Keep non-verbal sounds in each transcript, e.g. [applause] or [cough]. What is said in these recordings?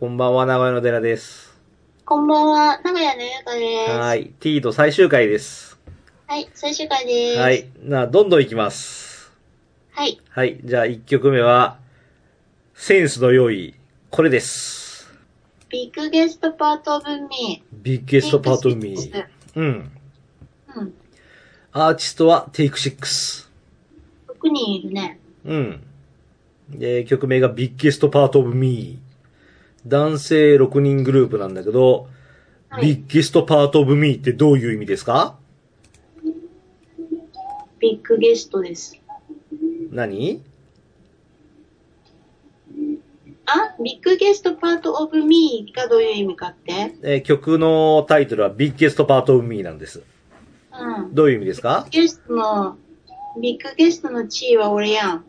こんばんは、名古屋の寺です。こんばんは、名古屋のゆうかです。ははい。い。ティード最終回です。最終回です。は。い。な、どんどんいきます。はい。はい。じゃあ、1曲目は、センスの良い、これです。ビッグゲストパートオブミー。ビッグゲストパートミー。うん。うん。アーティストはテイク6。 6人いるね。うん。で、曲名がビッグゲストパートオブミー。男性6人グループなんだけど、はビい。ッグゲストパートオブミーってどういう意味ですかビッグゲストです。何あビッグゲストパートオブミーがどういう意味かってえー曲のタイトルはビッグゲストパートオブミーなんです。うん。どういう意味ですかゲストの、ビッグゲストの地位は俺やん。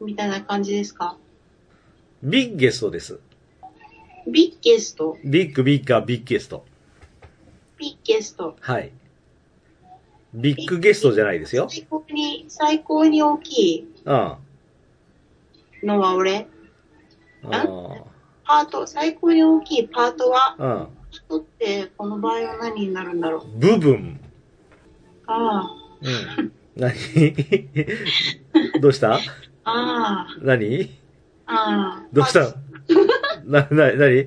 みたいな感じですかビッグゲストです。ビッグゲストビッグビッグはビッグゲスト。ビッグゲスト。はい。ビッグゲストじゃないですよ。最高に、最高に大きいうん。あのは俺ーパート、最高に大きいパートはうん。人ってこの場合は何になるんだろう部分。あうん。何 [laughs] どうしたあ、あ何あ、ああ。どうしたな、な、なにい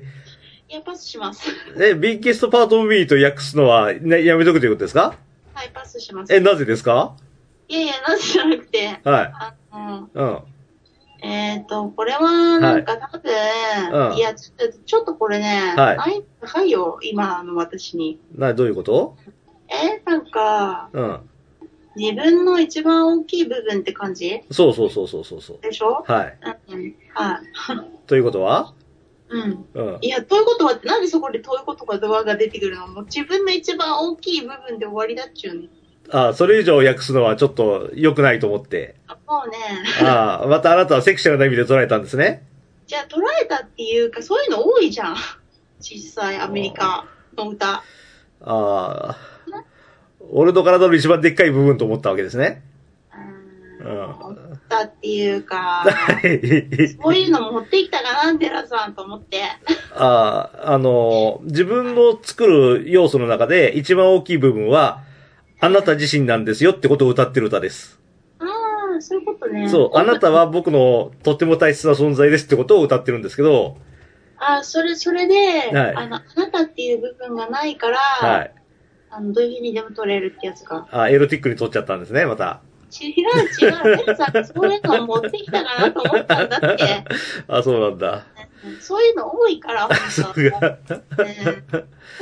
や、パスします。 [laughs] え、ビッグゲストパートオブミーと訳すのは、なやめとくということですかはい、パスします。え、なぜですかいやいや、なんじゃなくて、はい。あの、うん。えっ、と、これは、なんか多分、うんい、や、ちょっと、ちょっとこれね、はい難易度高いよ、今の私に。な、どういうことえなんか、うん。自分の一番大きい部分って感じそうそうそうそうそうそう。でしょはい。うん。はい。ということはうん。うん。いや、どういうことはって、なんでそこでどういうことかドアが出てくるのもう自分の一番大きい部分で終わりだっちゅうね。あそれ以上訳すのはちょっと良くないと思って。あもうね、ああ、またあなたはセクシャルな意味で捉えたんですね。じゃあ捉えたっていうか、そういうの多いじゃん。実際、アメリカの歌。ああ。俺の体の一番でっかい部分と思ったわけですね。 [laughs] ううん。ーん。は歌っていうか、い。そういうの持ってきたかな、デラさんと思って。ああ、あの、自分の作る要素の中で一番大きい部分は、あなた自身なんですよってことを歌ってる歌です。ああ、そういうことね。そう、あなたは。は僕のとっても大切な存在ですってことを歌ってるんですけど、あそれ、それで、はいあの、あなたっていう部分がないから、はい。あの、どういうふうにでも取れるってやつか。あ、エロティックに撮っちゃったんですね、また。違う違う、デラさんがそういうの持ってきたかなと思ったんだ [laughs] って。あ、そうなんだ。うんそういうの多いから、そ本当うか。 [laughs] うんこ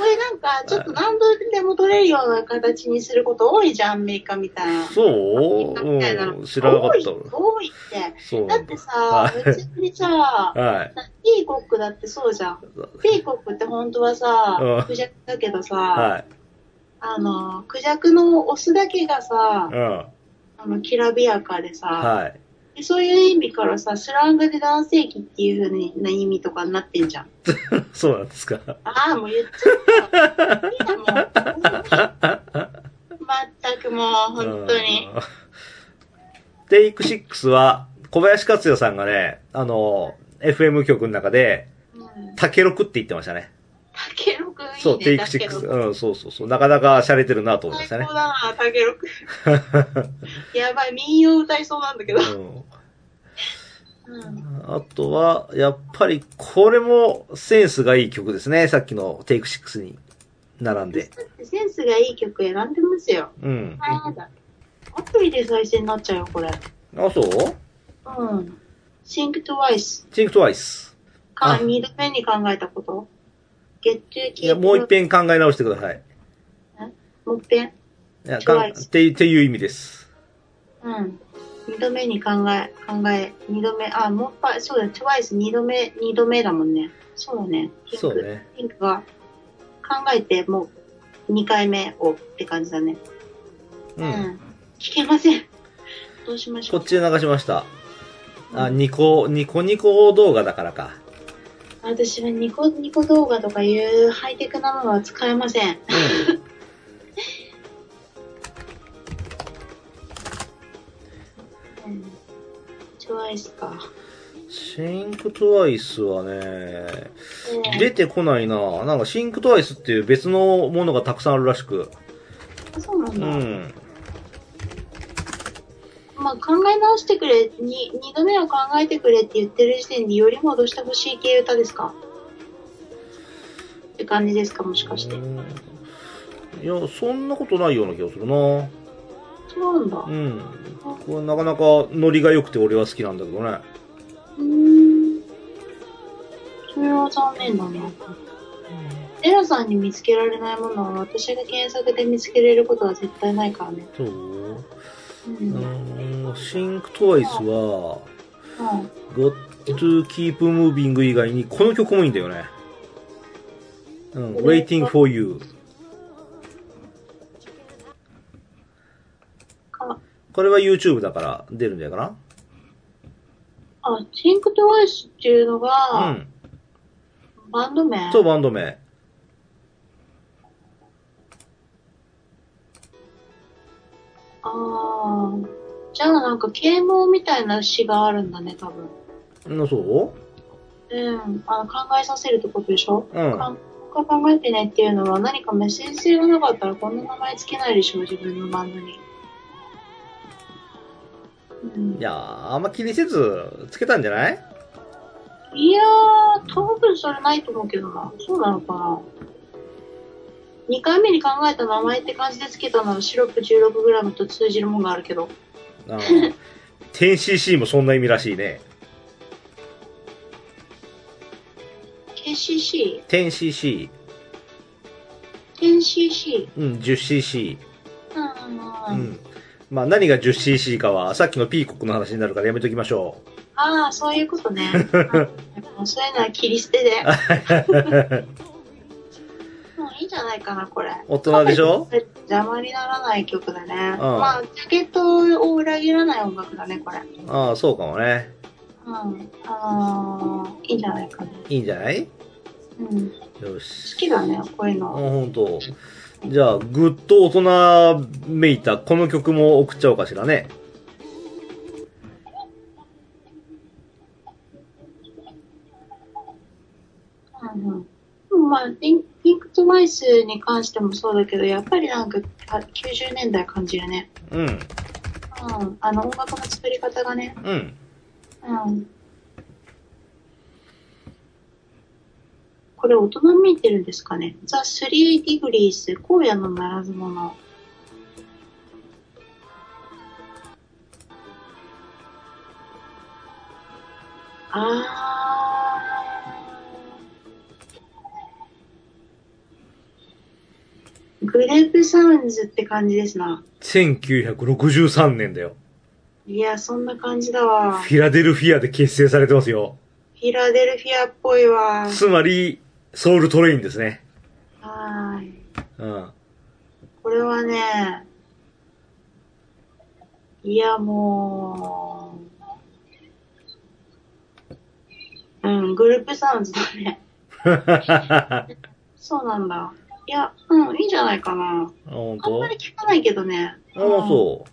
れなんか、ちょっと何度でも取れるような形にすること多いじゃん、アメリカみたいな。そうみたいなうん、知らなかった多い。多いって。そうなだっんてだ。さ、普通にさ、はい。ピーコックだってそうじゃん。ピーコックって本当はうんさ、クジャクだけどさ、はい。あの、クジャクのオスだけがさう、ん。あの、きらびやかでさ、はい。でそういう意味からさ、スラングで男性器っていう風な意味とかになってんじゃん。そうなんですか。ああ、もう言っちゃった。いいな、もう。まったくもう、本当に。うん。テイク6は、小林克也さんがね、あの、FM 局の中で、うん竹六って言ってましたね。竹六いいね。そう、テイク竹六6。うん、そうそうそう。なかなか洒落てるなと思いま最した高ねだ。な、竹六。 [laughs] やばい、民謡歌いそうなんだけど。うんうん。あとは、やっぱり、これもセンスがいい曲ですね。さっきのテイク6に並んで。センスがいい曲選んでますよ。うん。あーだ。アプリで再生になっちゃうよ、これ。あ、そううん。Think Twice。チンクトワイス。あか、二度目に考えたこと。月中いや、もう一遍。遍考え直してください。もう一遍。いや、かん Twice って、っていう意味です。うん。二度目に考え、考え、二度目、あ、もう一回、そうだ、TWICE 二度目、二度目だもんね。そうだね。ピンクそうね。ピンクが考えて、もう二回目をって感じだね。う。うん聞けません。どうしましこょっう。ちで流しました。あ、うんニコ、ニコニコ動画だからか。私はニコニコ動画とかいうハイテクなものは使えません。うん。TWICE か。シンクトワイスはね、出てこないななんかシンクトワイスっていう別のものがたくさんあるらしく。あそうなんうだ。ん。まあ考え直してくれ、に二度目は考えてくれって言ってる時点でより戻してほしい系歌ですかって感じですか、もしかして。いや、そんなことないような気がするなそうなんだ。ううん。これなかなかノリが良くて俺は好きなんだけどね。ーん。それは残念だな。エラさんに見つけられないものは私が検索で見つけれることは絶対ないからね。そうう。うんうん。ーん、シンクトワイスは、Got to Keep Moving 以外にこの曲もいいんだよね。うん、Waiting for You。かこれは YouTube だから出るんじゃないかあ、シンクトワイスっていうのなうが、ん。バンド名、とバンド名。ああ。じゃあなんか啓蒙みたいな詩があるんだね、多分。のそうん。あの考えさせるってことでしょううん。僕が考えてないっていうのは何かメッセージ性がなかったらこんな名前つけないでしょ、自分のバンドに。うんい、やー、あんま気にせず、つけたんじゃないいやー、多分それないと思うけどな。そうなのかな。2回目に考えた名前って感じでつけたのはシロップ 16g と通じるもんがあるけど。 [laughs] あー 10cc もそんな意味らしいね。 KCC? 10cc、 10cc? うん、10cc。うんうんううん。ん。まあ何が 10cc かは、さっきのピーコックの話になるからやめときましょう。ああ、そういうことね。うんそういうのは切り捨 [laughs] てで。もういいんじゃないかな、これ。大人でしょ邪魔にならない曲だね。んまあ、ジャケットを裏切らない音楽だね、これ。うん。ああ、そうかもね。あのーいいんじゃないかな。いいんじゃないうん。好よし。きだね、こういうあ、の。ほんと。じゃあ、ぐっと大人めいたこの曲も送っちゃおうかしらね。うんうん。まあ、ピンピンクトワイスに関してもそうだけど、やっぱりなんか、あ90年代感じるね。うん、うん。あの、音楽の作り方がね。うん。うん。これ、大人見てるんですかね。ザ・スリー・ディグリース、荒野のならず者。あー。グレープサウンズって感じですな。 1963年だよ。いや、そんな感じだわ。フフィラデルフィアで結成されてますよ。ィラデルフィアっぽいわ。つまり、ソウルトレインですね。はーい。うん。これはね、いやもう、うん、グループサウンズ [laughs] だね。そうなんだ。いや、うん、いいんじゃないかな。ほんあんとまあり聞かないけどね。あ、そ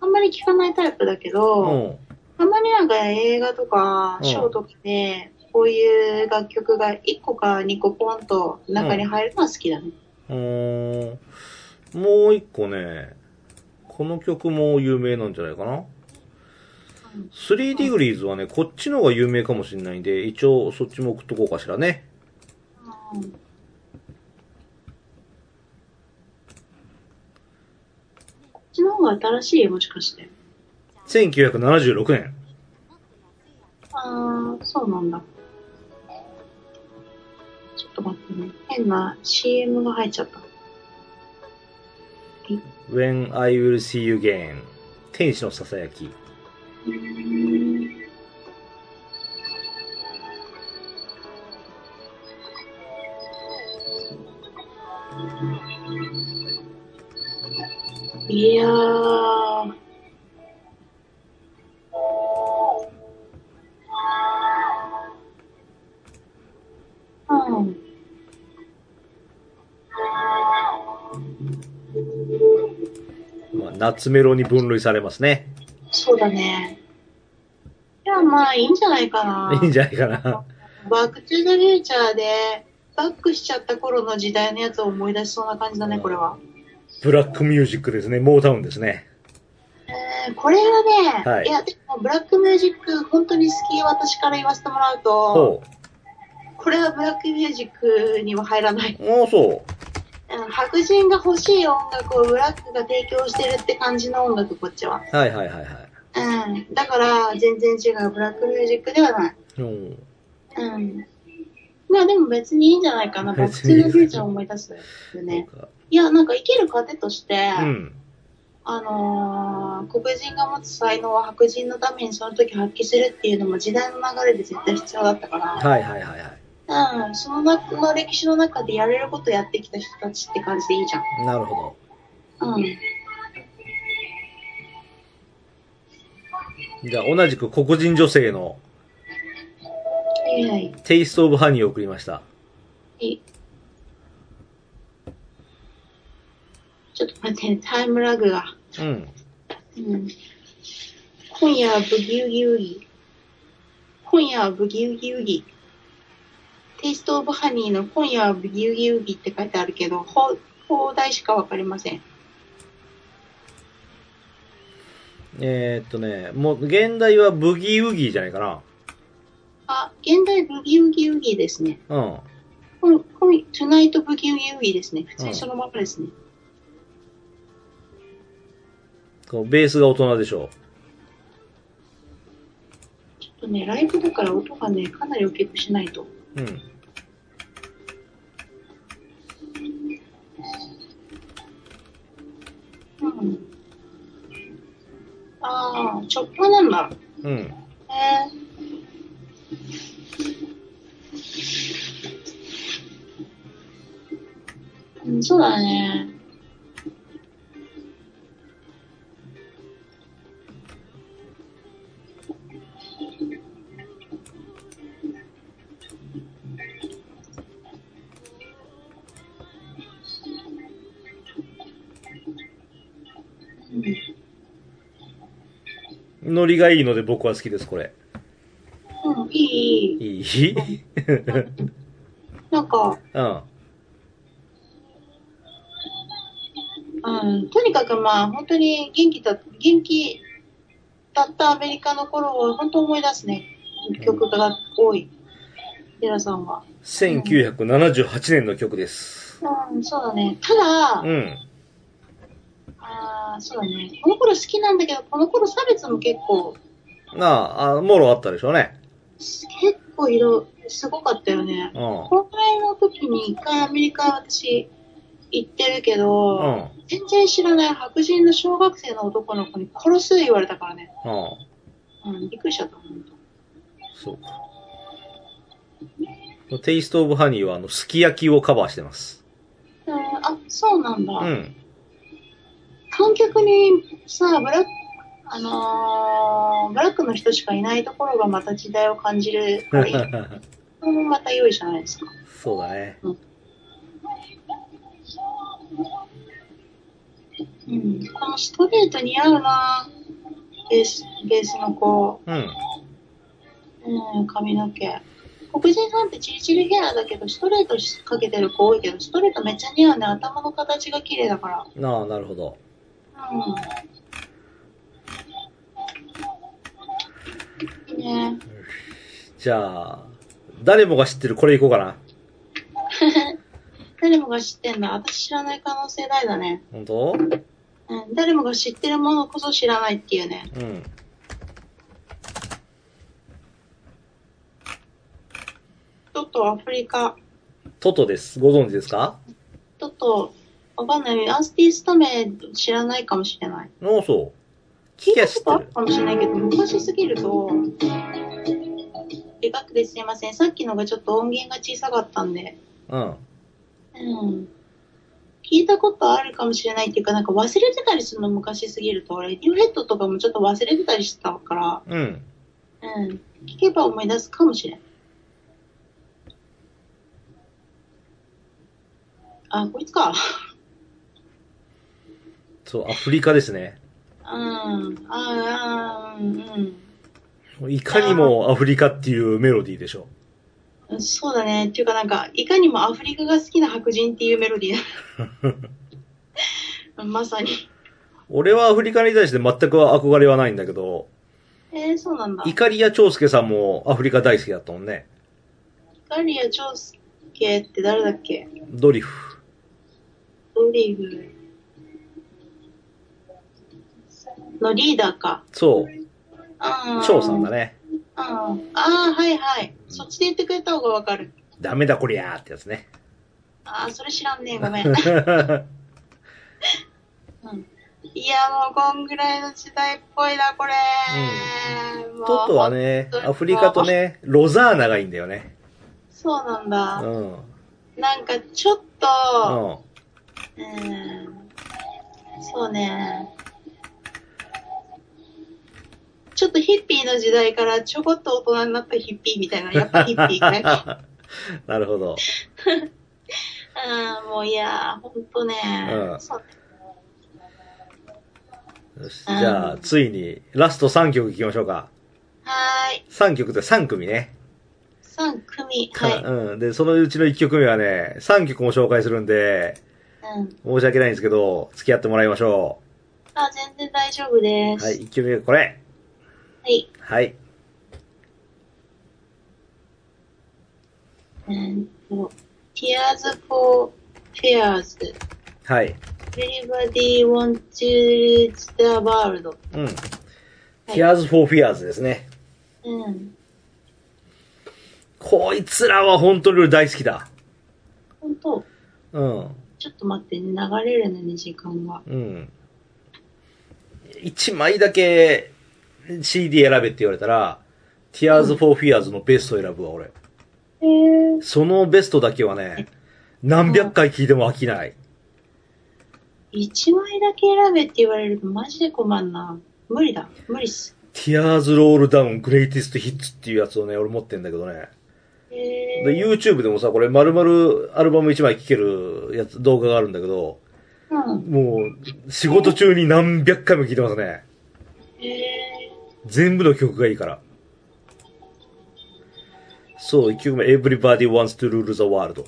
あんまり聞かないタイプだけう。ど、うん。たまになんか映画とかうんショーとかで、こういう楽曲が1個か2個ポンと中に入るのは好きだね。うーん。もう一個ね、この曲も有名なんじゃないかな。うん3ディグリーズはね、こっちの方が有名かもしれないんで、一応そっちも送っとこうかしらね。うんこっちの方が新しいもしかして。 1976年。ああ、そうなんだ。ちょっと待ってね。変な CM が入っちゃった。 When I Will See You Again。天使のささやき。いやー。うん。まあ、夏メロに分類されますね。そうだね。いやゃあまあいいんじゃないか [laughs] な。いいんじゃないかな。バックトゥーザフューチャーで、バックしちゃった頃の時代のやつを思い出しそうな感じだね、これは。ブラックミュージックですね。モータウンですね。えーこれはね、はいい、や、でもブラックミュージック、本当に好き、私から言わせてもらうと、ほこれはブラックミュージックには入らない。う。ああ、そう。うん白人が欲しい音楽をブラックが提供してるって感じの音楽、こっちは。はいはいはいはい。うん。だから、全然違う。ブラックミュージックではない。うんうん。まあでも別にいいんじゃないかな。バック別トにいゥいーザフューチャーを思い出すよね。いや、なんか生きる糧として、うん。あのー黒人が持つ才能は白人のためにその時発揮するっていうのも時代の流れで絶対必要だったかはいはいはいはら、うん、その中の歴史の中でやれることやってきた人たちって感じでいいじゃん。い。なるほうん。ど。じゃあ、同じく黒人女性のいやいテイストオブハニーを送りました。い。ちょっと待って、タイムラグが。うん。うん。今夜はブギウギウギ。今夜はブギウギウギ。テイストオブハニーの今夜はブギウギウギって書いてあるけど、放放題しかわかりません。えー、っとね、もう、現代はブギウギじゃないかな。あ、現代ブギウギウギですね。うん。今今トゥナイトブギウギウギですね。普通にそのままですね。こうベースが大人でしょちょっとね、ライブだから音がね、かなり大きくしないと。う。うん。うん。ああ、チョッパーなんだ。うん。えーうん、そうだね。うんノリがいいので僕は好きです、これ。うん、いい、いいい。いなんか、うん。うん、とにかくまあ、本当に元気だ、元気だったアメリカの頃を本当思い出すね。曲が多い。デラさんは。 1978年の曲です。うん、そうだね。ただ、うん。あーそうだね。この頃好きなんだけど、この頃差別も結構、なあ、あもろあったでしょうね。結構色、すごかったよね。うん。このぐらいの時に一回アメリカ私行ってるけうど、ん。うん。全然知らない白人の小学生の男の子に殺す言われたからね。うん、びっくりしちゃった。本当そうか。テイストオブハニーは、あの、すき焼きをカバーしてます。えーあ、そうなんだ。うん。 [laughs] 観客にさ、ブラック、あのーブラックの人しかいないところがまた時代を感じるからいい。それもまた良いじゃないですか。そうだね。うん。このストレート似合うなベース、ベースの子。うん。うん、髪の毛。黒人さんってチリチリヘアだけど、ストレートかけてる子多いけど、ストレートめっちゃ似合うね。頭の形が綺麗だから。なあ、なるほど。うん。ねじゃあ、誰もが知ってるこれいこうかな。誰もが知ってんだ。私知らない可能性大だね。本当うん。誰もが知ってるものこそ知らないっていうね。うん。トトアフリカ、トトです。ご存知ですかトト、わかんない。アンスティスタメ知らないかもしれない。おうそう。聞きゃ知ってあるる。かもしれないけど、昔すぎると、でかくてすいません。さっきのがちょっと音源が小さかったんで。うん。うん。聞いたことあるかもしれないっていうか、なんか忘れてたりするの昔すぎると、レディオヘッドとかもちょっと忘れてたりしたかうん。ら、うん。聞けば思い出すかもしれん。あ、こいつか。そう、アフリカですね。うん。あーあー、うん。うん。いかにもアフリカっていうメロディーでしょ。そうだね。っていうかなんか、いかにもアフリカが好きな白人っていうメロディ [laughs] ー。まさに。俺はアフリカに対して全く憧れはないんだけど、えー、そうなんだ。イカリア長介さんもアフリカ大好きだったもんね。イカリア長介って誰だっけドリフ。ドリフのリーダーか。そう。ああ。長さんだね。あーあー、はいはい。そっちで言ってくれた方がわかる。ダメだこりゃーってやつ [laughs] ね。ああ、それ知らん [laughs] ねえ、ごめん。うんいや、もう、こんぐらいの時代っぽいな、これ。もうトトは。ね本当、にアフリカとね、ロザーナがいいんだよね。そうなんうだ。ん。うん。なんか、ちょっと、うん、そうね。ちょっとヒッピーの時代からちょこっと大人になったヒッピーみたいな、やっぱヒッピー [laughs] かね。 [laughs] なるほど。うん、もういやー、ほんとね。うんそうよしじゃあ、ついに、ラスト3曲いきましょうか。はーい。 3曲で3組ね。 3組。はい。うん。で、そのうちの1曲目はね、3曲も紹介するんで、うん。申し訳ないんですけど、付き合ってもらいましょあ、全然大丈夫でう。す。はい、。1曲目これ。はい。はい。えーっと、Tears for Fears。はい。 Everybody wants to reach the world. うん。Tears for Fears ですね。うん。こいつらは本当に俺大好きだ。ほんと、うん。ちょっと待ってね、流れるのね、時間が。うん。1枚だけ CD 選べって言われたら、Tears for Fears のベスト選ぶわ、俺。へえ。そのベストだけはね、何百回聴いても飽きない。一枚だけ選べって言われるとマジで困んな。無理だ。無理っす。 Tears Roll Down Greatest Hits っていうやつをね、俺持ってんだけどね。へで、え。 YouTube でもさ、これ丸々アルバム1枚聴けるやつ、動画があるんだけど、うん。もう、仕事中に何百回も聴いてますね。へえ。全部の曲がいいから。そう、1曲目、Everybody Wants to Rule the World。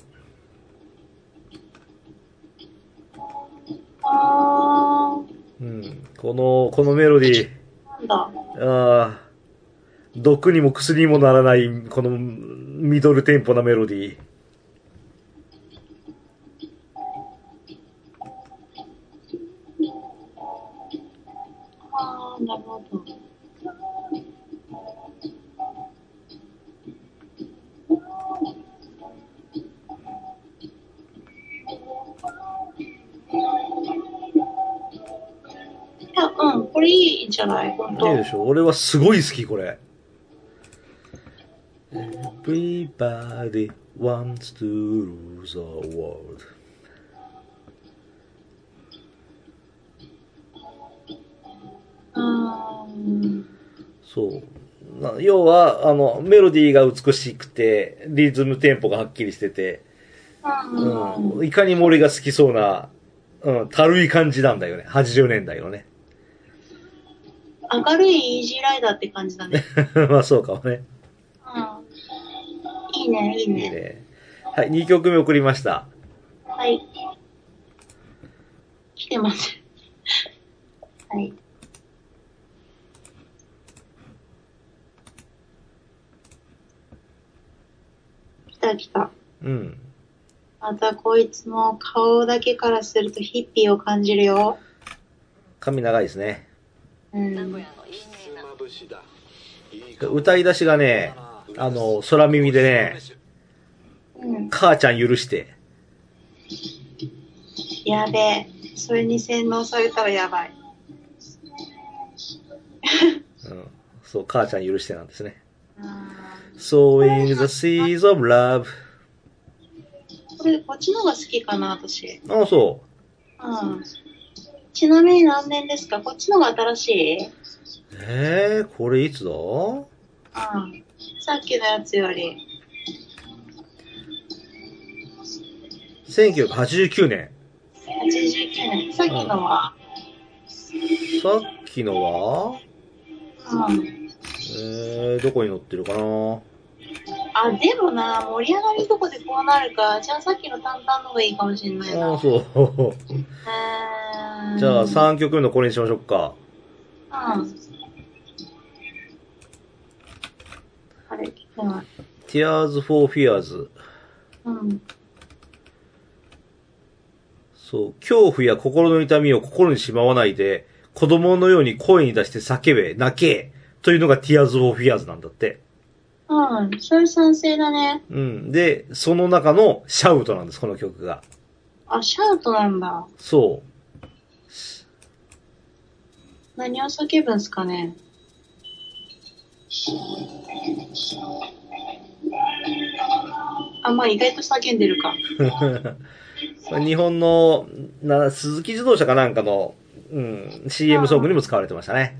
あうん。この、このメロディー、なんだ。ー、あー毒にも薬にもならない、このミドルテンポなメロディー。ああ、なるほど。いや、うん、これいいんじゃない本当。いいでしょ俺はすごい好き、これ。Everybody wants to rule the world. うーん。そう。な要は、あの、メロディーが美しくて、リズムテンポがはっきりしてて、うん。うん、いかにも俺が好きそうな、うん、たるい感じなんだよね。80年代のね。 [laughs] 明るいイージーライダーって感じだね。まあそうかもね。うん。いいね、いいいいね。ね。はい、2曲目送りました。はい。来てます。はい。来た来た。うん。またこいつも顔だけからするとヒッピーを感じるよ。髪長いですね。うん。名古屋のいいねな歌い出しがね、あの、空耳でね、うん。母ちゃん許して。やべえ。それに洗脳されたらやばい。うん。そう、母ちゃん許してなんですね。あ Sowing the seeds of love. ーこれ、こっちの方が好きかな、私。ああ、そ。うん。ちなみに何年ですかこっちの方が新しいうええー、これいつだうんさっきのやつより。 ?1989 年。 89年。さっきのは、さっきのはうん。ええー、どこに載ってるかなあ、でもな、盛り上がりどこでこうなるか。じゃあさっきの淡々の方がいいかもしれないああ、な。そう。うーんじゃあ、3曲目のこれにしましょうか。うん。あれ、うん。 Tears for Fears。うん。そう、恐怖や心の痛みを心にしまわないで、子供のように声に出して叫べ、泣け、というのが Tears for Fears なんだって。うん。それ賛成だね。うん。で、その中のシャウトなんです、この曲が。あ、シャウトなんだ。そ何を叫ぶんすかね。あ、まあ意外と叫んでるか。う。日本の、な、鈴木自動車かなんかの、うん、CM ソングにも使われてましたね。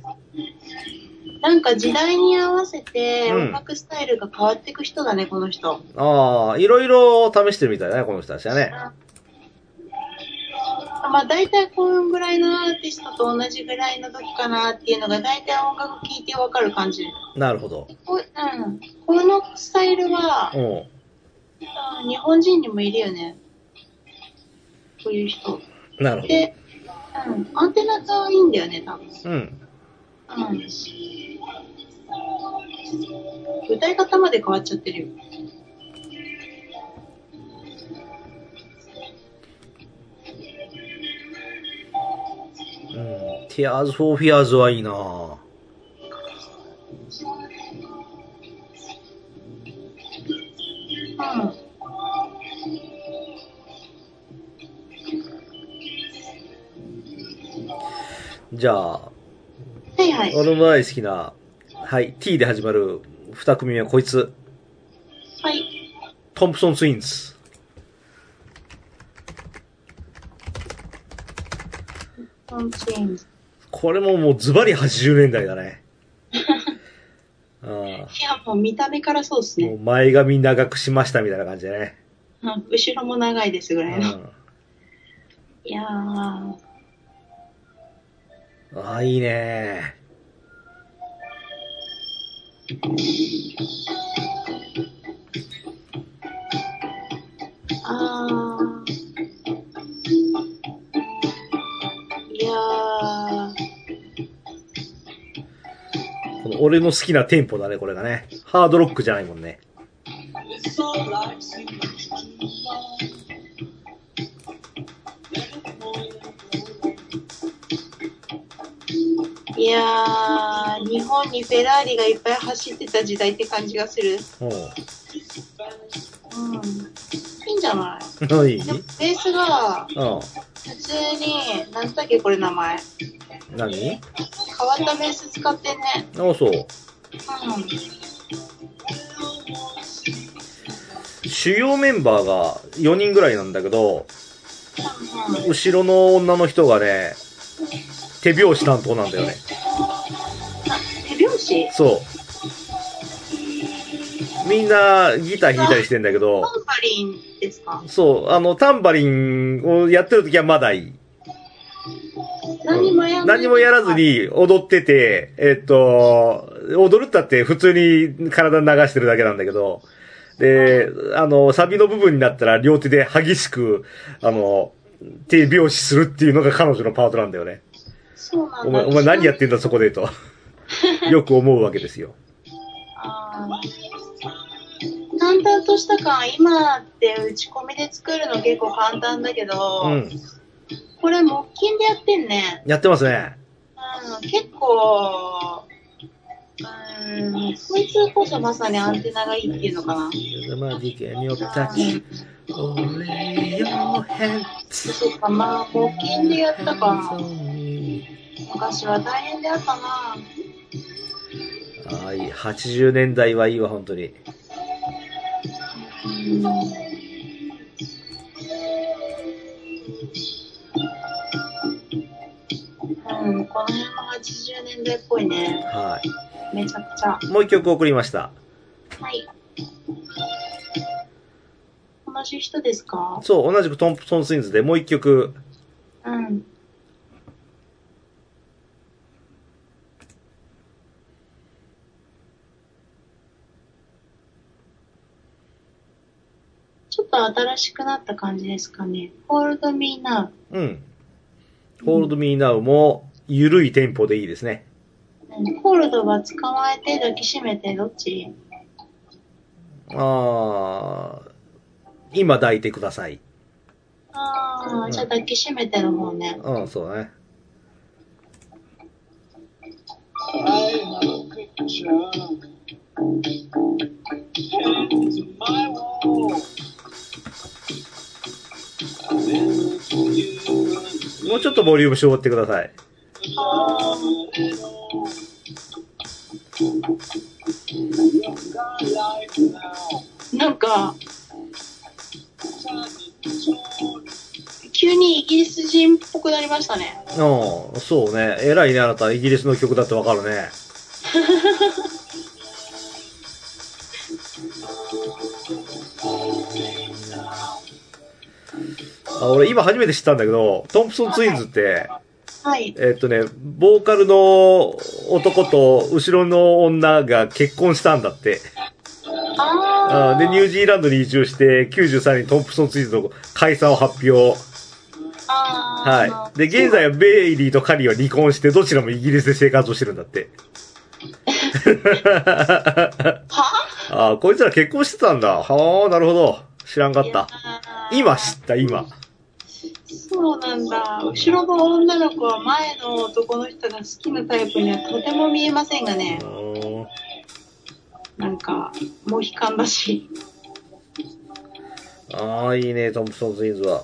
なんか時代に合わせてうん音楽スタイルが変わっていく人だね、この人。ああ、いろいろ試してるみたいだね、この人たちはね。まあ大体このぐらいのアーティストと同じぐらいの時かなっていうのが大体音楽聴いてわかる感じ。なるほど。こうん、このスタイルは、うん。うん日本人にもいるよね。こういう人。なるほど。で、うん、アンテナがいいんだよね、多分。うん。うん。歌い方まで変わっちゃってるよ。うん。Tears for Fears はいいなぁ。うん。じゃあ、はいはい。俺の大好きな、はい、T で始まる二組目はこいつ。はい。トンプソンツインズ。トンチェーンズ。これももうズバリ80年代だね。あいや、もう見た目からそうですあもねう。前髪長くしましたみたいな感じでね。うん後ろも長いですぐうらいの。ん。いやー、ああ、いいねあー。いやー。この俺の好きなテンポだね、これがね。ハードロックじゃないもんね。いやー、日本にフェラーリがいっぱい走ってた時代って感じがする。おう [laughs] うん。いいんじゃな何いでもベースが、うん。普通に、なんだっけこれ名前。何変わったベース使ってんね。ああ、そう。う主要メンバーが4人ぐらいなんだけど、ん。うん。後ろの女の人がね、手拍子担当なんだよね。手拍子そう。みんなギター弾いたりしてんだけどタ、ンバリンですかそう、あの、タンバリンをやってる時はまだいい。何もやら何もやらず。に踊ってて、えっと、踊るったって普通に体流してるだけなんだけど、で、あの、サビの部分になったら両手で激しく、あの、手拍子するっていうのが彼女のパートなんだよね。そうなんだ。お前、お前何やってんだそこで [laughs] と。よく思うわけですよ。あー淡々とした感、今って打ち込みで作るの結構簡単だけど、うん。これ木琴でやってんね。やってますね。うん、結構、うん、こいつこそまさにアンテナがいいっていうのかな。マジケミオタうん、俺よヘッツそうか、まあ、木琴でやったか。昔は大変であったな。ああ、いい。80年代はいいわ、本当に。うん、この辺も80年代っぽいね。はめちゃくちゃ。い。もう一曲送りました。はい。同じ人ですかそう、同じくトンプソンスインズでもう一曲。うん。と新しくなった感じですかね。ホールドミーナうん。ホールドミーナウも、ゆるいテンポでいいですね。ウ。ホールドは捕まえて抱きしめてどっちあー、今抱いてください。ああ、じゃあ抱きしめてる方ね。うん、そうだね。 I have a picture pinned to my wall. I meant you and もうちょっとボリューム絞ってください。 love it all. You've got life now. なんか、 Time to turn. 急にイギリス人っぽくなりましたね。うん、そうね。偉いね、あなた。イギリスの曲だってわかるね。あ俺、今初めて知ったんだけど、トンプソンツインズって、はい。えっとね、ボーカルの男と後ろの女が結婚したんだって。あああ。で、ニュージーランドに移住して、93年トンプソンツインズの解散を発表。あーはい。で、現在はベイリーとカリーは離婚して、どちらもイギリスで生活をしてるんだ [laughs] って。はああ、こいつら結婚してたんだ。はあ、なるほど。知らんかった。。いやー今知った、今。そうなんだ。後ろの女の子は前の男の人が好きなタイプにはとても見えませんがねう。ーんなんか、モヒカンだし。ああ、いいね、トンプソンツインズは。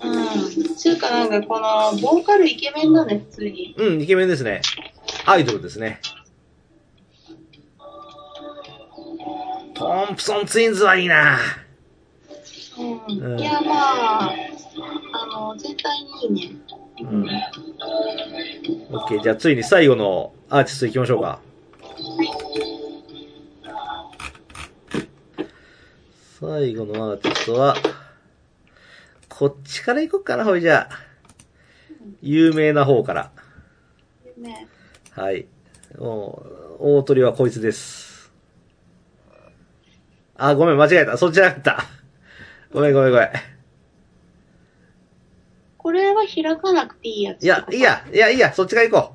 うん。つうかなんかこの、ボーカルイケメンだね、普通に。うん、イケメンですね。アイドルですね。トンプソンツインズはいいな。う。うんんいや、まあ、あの、絶対にいいね。うん。オッケー、じゃあついに最後のアーティスト行きましょうか。最後のアーティストは、こっちから行こうかな、ほいじゃあ。有名な方から。ねはい。もう、大鳥はこいつです。あ、ごめん、間違えた。そっちじゃなかった。ごめん、ごめん、ごめん。これは開かなくていいやつ。いや、いい。や、いや、いいや、そっちから行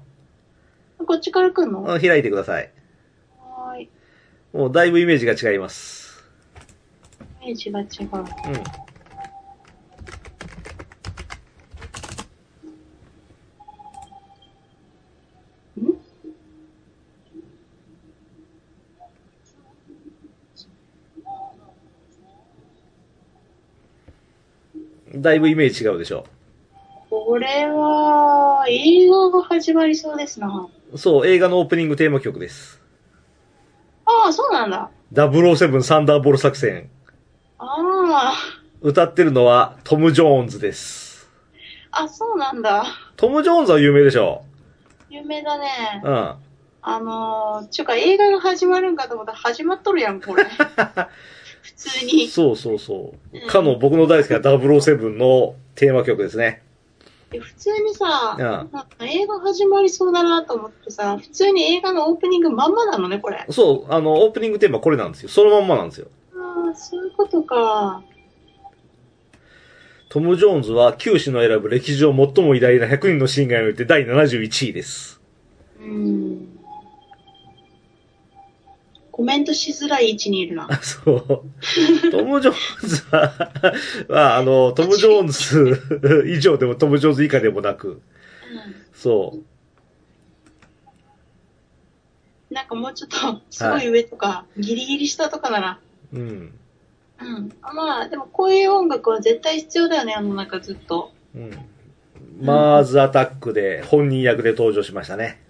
ここっちから来んの、う。はうん、開いてください。ーい。イもう、だいぶイメージが違います。メージが違う。うん。だいぶイメージ違うでしょこれは、映画が始まりそうですな。そう、映画のオープニングテーマ曲です。ああ、そうなんだ。 007サンダーボール作戦。あ歌ってるのはトム・ジョーンズです。あ、あ、そうなんだ。トム・ジョーンズは有名でしょ有名だねう。ん。あのー、ちゅうか映画が始まるんかと思ったら始まっとるや [laughs] ん、これ。普通に。そうそうそう。うんかの僕の大好きな007のテーマ曲ですね。いや普通にさ、うんなんか映画始まりそうだなと思ってさ、普通に映画のオープニングまんまなのね、これ。そう、あの、オープニングテーマこれなんですよ。そのまんまなんですよ。ああ、そういうことか。トム・ジョーンズは九死の選ぶ歴史上最も偉大な100人のシンガーにおいて第71位です。うん。コメントしづらい位置にい [laughs] るな。あそう。トム・ジョーンズは、まあ、あの、トム・ジョーンズ以上でもトム・ジョーンズ以下でもなく、うそん、なんかもうちょっと、すごい上とか、ギリギリ下とかなら。う。うん。うん。まあ、でもこういう音楽は絶対必要だよね、世の中ずっと。うん。マーズ・アタックで本人役で登場しましたね。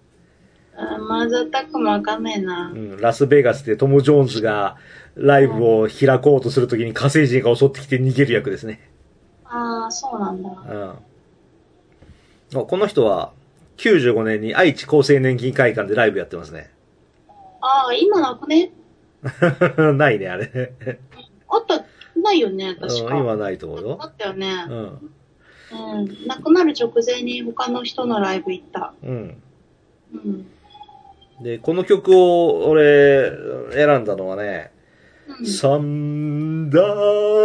うん、マザータックもわかんないな。うん、ラスベガスでトム・ジョーンズがライブを開こうとするときに火星人が襲ってきて逃げる役ですね。ああ、そうなんだ。うん。あこの人は95年に愛知厚生年金会館でライブやってますね。 [laughs] ああ、今なくねないね、あれ。あった、ないよね、うん確か。今はないと思うあよ。ったよねう。ん。うん。亡くなる直前に他の人のライブ行った。うん。うん。で、この曲を俺選んだのはね、うサンダ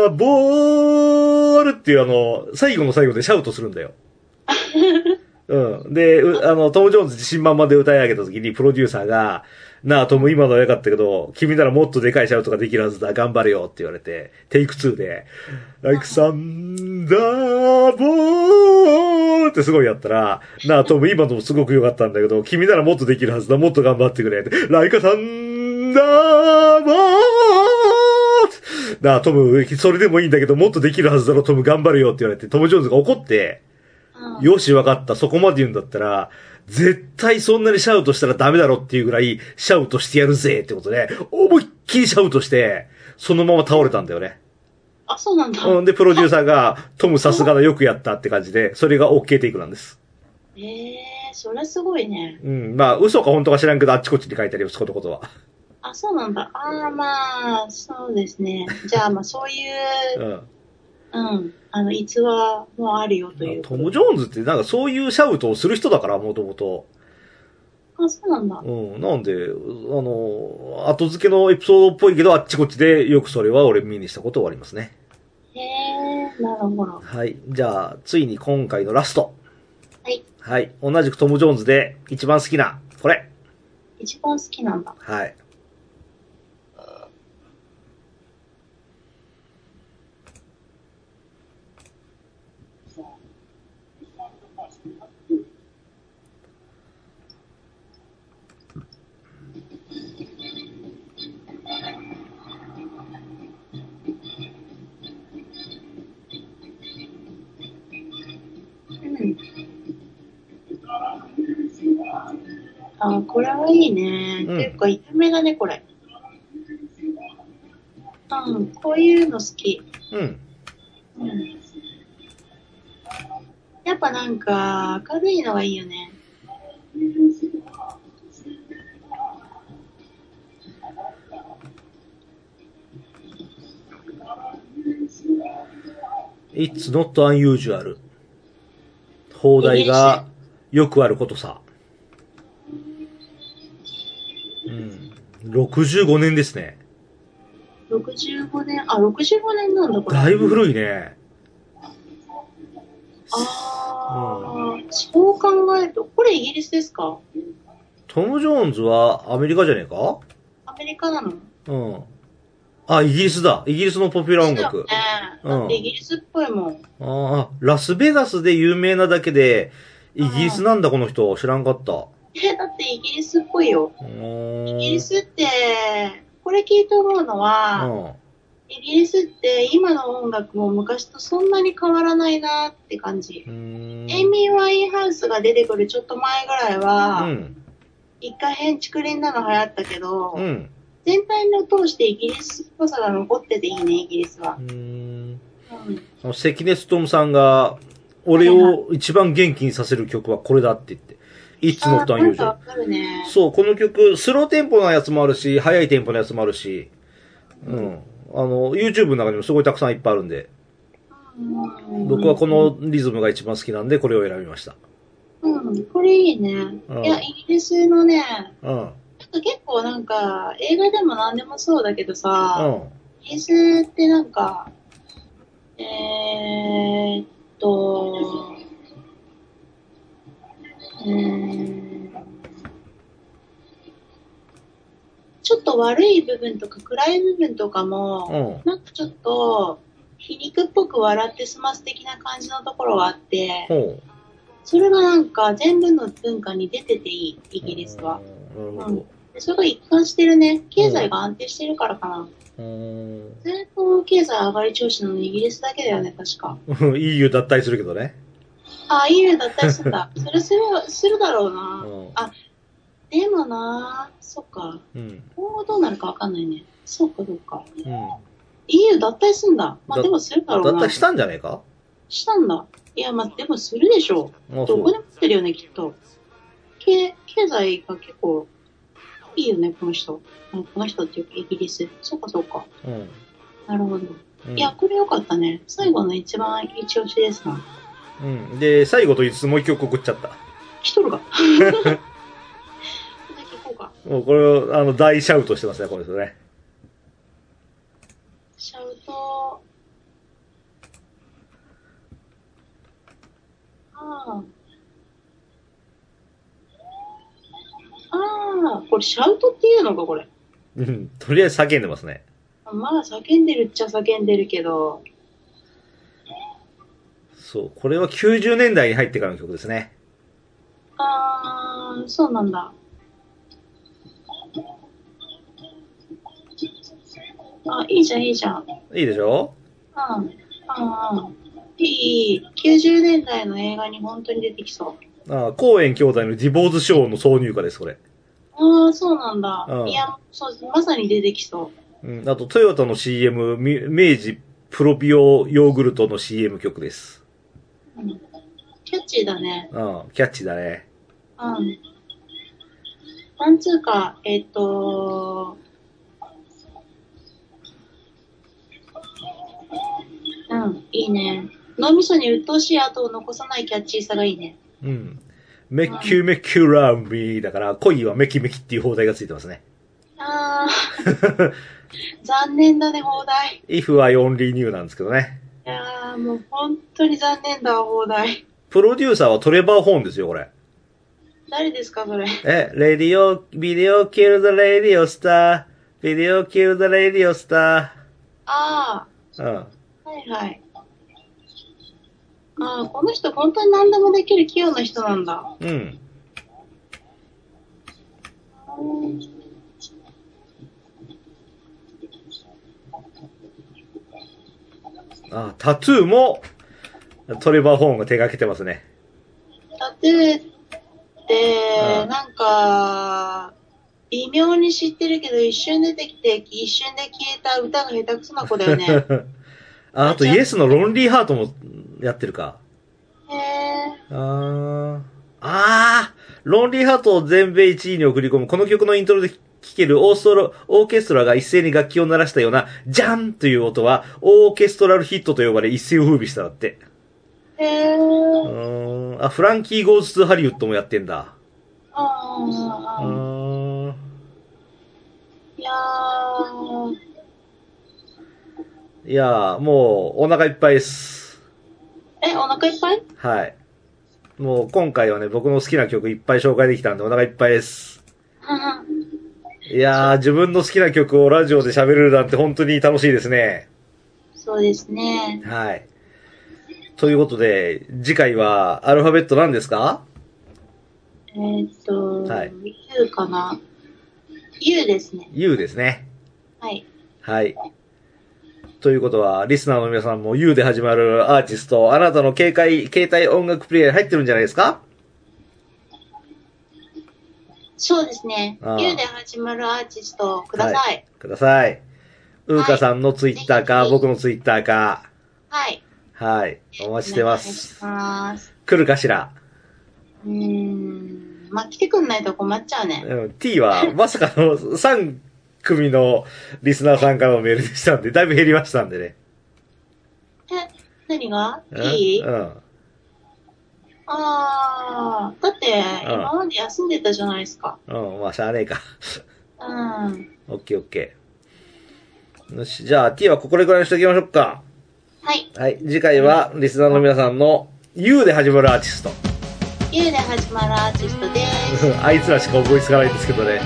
ーボールっていうあの、最後の最後でシャウトするんだよ。うん。で、うあの、トム・ジョーンズ自信満々で歌い上げた時にプロデューサーが、なあ、トム今のは良かったけど、君ならもっとでかいシャウトができるはずだ、頑張れよって言われて、テイク2で、like サンダーボールってすごいやったら、なあ、トム今のもすごく良かったんだけど、君ならもっとできるはずだ、もっと頑張ってくれって、like サンダーボールなあ、トム、それでもいいんだけど、もっとできるはずだろ、トム頑張れよって言われて、トム・ジョーンズが怒って、うんよし、わかった。そこまで言うんだったら、絶対そんなにシャウトしたらダメだろっていうぐらい、シャウトしてやるぜってことで、思いっきりシャウトして、そのまま倒れたんだよね。あ、そうなんだ。うん、で、プロデューサーが、トムさすがだよくやったって感じで、それが OK テイクなんです。ええー、それすごいね。うん、まあ、嘘か本当か知らんけど、あっちこっちに書いてあるよ、そこのことは。あ、そうなんだ。ああ、まあ、そうですね。じゃあ、まあ、そういうう、ん。うん、あの、逸話もあるよというトこム・ジョーンズってなんかそういうシャウトをする人だから、もともと。と。あ、そうなんだ。うん、なんで、あの、後付けのエピソードっぽいけど、あっちこっちで、よくそれは俺見にしたことはありますね。へえー、なるほど。はい。じゃあ、ついに今回のラスト。はい。はい。同じくトム・ジョーンズで一番好きな、これ。一番好きなんだ。はい。うん。あ、これはいいね。うんていうか、痛めだね、これ。うん、こういうの好き。うん。うん。やっぱなんか、明るいのがいいよね。 It's not unusual. 放題がよくあることさ。うん。65年ですね。 65年、あ、65年なんだ、これ。だいぶ古いね。ああ、そう考えると、これイギリスですかトム・ジョーンズはアメリカじゃねえかアメリカなのうん。あ、イギリスだ。イギリスのポピュラー音そう楽。だね。だってイギリスっぽいもん。ああ、ラスベガスで有名なだけで、イギリスなんだこの人、知らんかった。え、だってイギリスっぽいよ。うーんイギリスって、これ聞いて思うのうは、ん。イギリスって今の音楽も昔とそんなに変わらないなって感じ。うーんエイミー・ワインハウスが出てくるちょっと前ぐらいうは、ん。一回変竹林なの流行ったけど、うん。全体の通してイギリスっぽさが残ってていいね、イギリスはう。ーん。うんあの関根勤さんが、俺を一番元気にさせる曲はこれだって言って。いつのあとーなん言うかわかるね。そう、この曲、スローテンポなやつもあるし、速いテンポのやつもあるし、うん。あの、YouTube の中にもすごいたくさんいっぱいあるんで、うん僕はこのリズムが一番好きなんで、これを選びました。うん、これいいね。うんいや、イギリスのね、うん。うん。なんか結構なんか、映画でも何でもそうだけどさ、あイギリスってなんか、えー、っと、えー、ちょっと悪い部分とか暗い部分とかうも、ん。なんかちょっと、皮肉っぽく笑って済ます的な感じのところはあって、ほう。それがなんか全部の文化に出てていい、イギリスは。うん。なるほでそれが一貫してるね。経済が安定してるからかな。ど。うん。ずっと経済上がり調子なのイギリスだけだよね、確か。 [laughs] EU 脱退するけどね。あ、いいねだったりする [laughs] んだ。それする、するだろううな。ん。でもな、そっか。うん。今後どうなるかわかんないね。そうか、そうか。うん。 EU 脱退すんだ。まあだでもするだ脱ろうな。退したんじゃねえかしたんだ。いや、まあでもするでしょあ、う。そどこう。でもするよね、きっと。経、経済が結構、いいよね、この人。うんこの人っていうか、イギリス。そうか、そうか。うん。なるほど。うんいや、これ良かったね。最後の一番一押しですな。うん。で、最後と言いつつもう一曲送っちゃった。一人 [laughs] が。これだけ行こうか。もうこれを、あの、大シャウトしてますね、これですね。シャウト。ああ。ああ、これシャウトっていうのか、これ。うん。とりあえず叫んでますね。まだ叫んでるっちゃ叫んでるけど、そう。これは90年代に入ってからの曲ですね。あー、そうなんだ。あ、いいじゃん、いいじゃん。うん。いいでしょうん、うん。いい、いい。90年代の映画に本当に出てきそう。ああ、公園兄弟のディボーズショーの挿入歌です、これ。あー、そうなんだ。うんいや、そう、まさに出てきそう。うん。あと、トヨタの CM、み明治プロビオヨーグルトの CM 曲です。うん、キャッチーだね。うん。キャッチーだね。うん。なんつうか、えっ、とうん、いいね。脳みそに鬱陶しい跡を残さないキャッチーさがいいね。うん。メッキュメッキュラーミーだから、恋はメキメキっていう放題がついてますね。 [laughs] あー [laughs] 残念だね、放題。 If I Only Knew なんですけどね。いやー、もう本当に残念だわ、放題。プロデューサーはトレバー・ホーンですよ、これ。誰ですか、それ。え、レディオ、ビデオキルザレディオスター。ビデオキルザレディオスタあー。うん。ー、はいはい。あー、この人本当に何でもできる器用な人なんだ。うん。あ、タトゥーも、トレバー・ホーンが手掛けてますね。タトゥーって、うんなんか、微妙に知ってるけど、一瞬出てきて、一瞬で消えた歌が下手くそな子だよ [laughs] ね。あ、あとイエスのロンリーハートもやってるか。へえ。あー。あーロンリーハートを全米1位に送り込む、この曲のイントロで聴けるオーストロ、オーケストラが一斉に楽器を鳴らしたような、ジャンという音は、オーケストラルヒットと呼ばれ一世を風靡しただって。へえ。ううん。ーん。あ、フランキー・ゴーズ・ハリウッドもやってんだ。うあーん。ーいやー、いやー、もう、お腹いっぱいです。え、お腹いっぱ [laughs] いはい。もう、今回はね、僕の好きな曲いっぱい紹介できたんで、お腹いっぱいです。いやー、自分の好きな曲をラジオで喋れるなんて本当に楽しいですね。そうですね。はい。ということで、次回は、アルファベット何ですかえーっと、はいゆうかな。ゆうですね。 ?U ですね。はい。はい。ということは、リスナーの皆さんも U で始まるアーティスト、あなたの携帯、携帯音楽プレイヤーに入ってるんじゃないですかそうですねあー。ゆうで始まるアーティストください。ください。うーかさんのツイッターか、はい僕のツイッターか。はい。はい。おお待ちしてま願いすし。ます。来るかしらうーん。まあ、来てくんないと困っちゃうね。うん、T は、まさかの3組のリスナーさんからのメールでしたんで、だいぶ減りましたんでね。え、何がうんいいうん。あー、だって、うん今まで休んでたじゃないですか。うん、まあ、しゃあねえか。 [laughs] うん。オッケーオッケー。よし、じゃあ T はこれくらいにしておきましょうか。はい。はい、次回は、リスナーの皆さんの U で始まるアーティスト。 [laughs] U で始まるアーティストです。あいつらしか思いつかないんですけどね。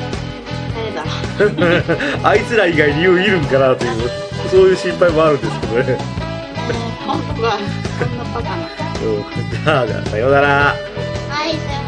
[laughs] 誰だあいつら以外に U いるんかなという、そういう心配もあるんですけどね。本当が、こんなバカな。 [laughs] うん、じゃあ、さようなら。はい、さよ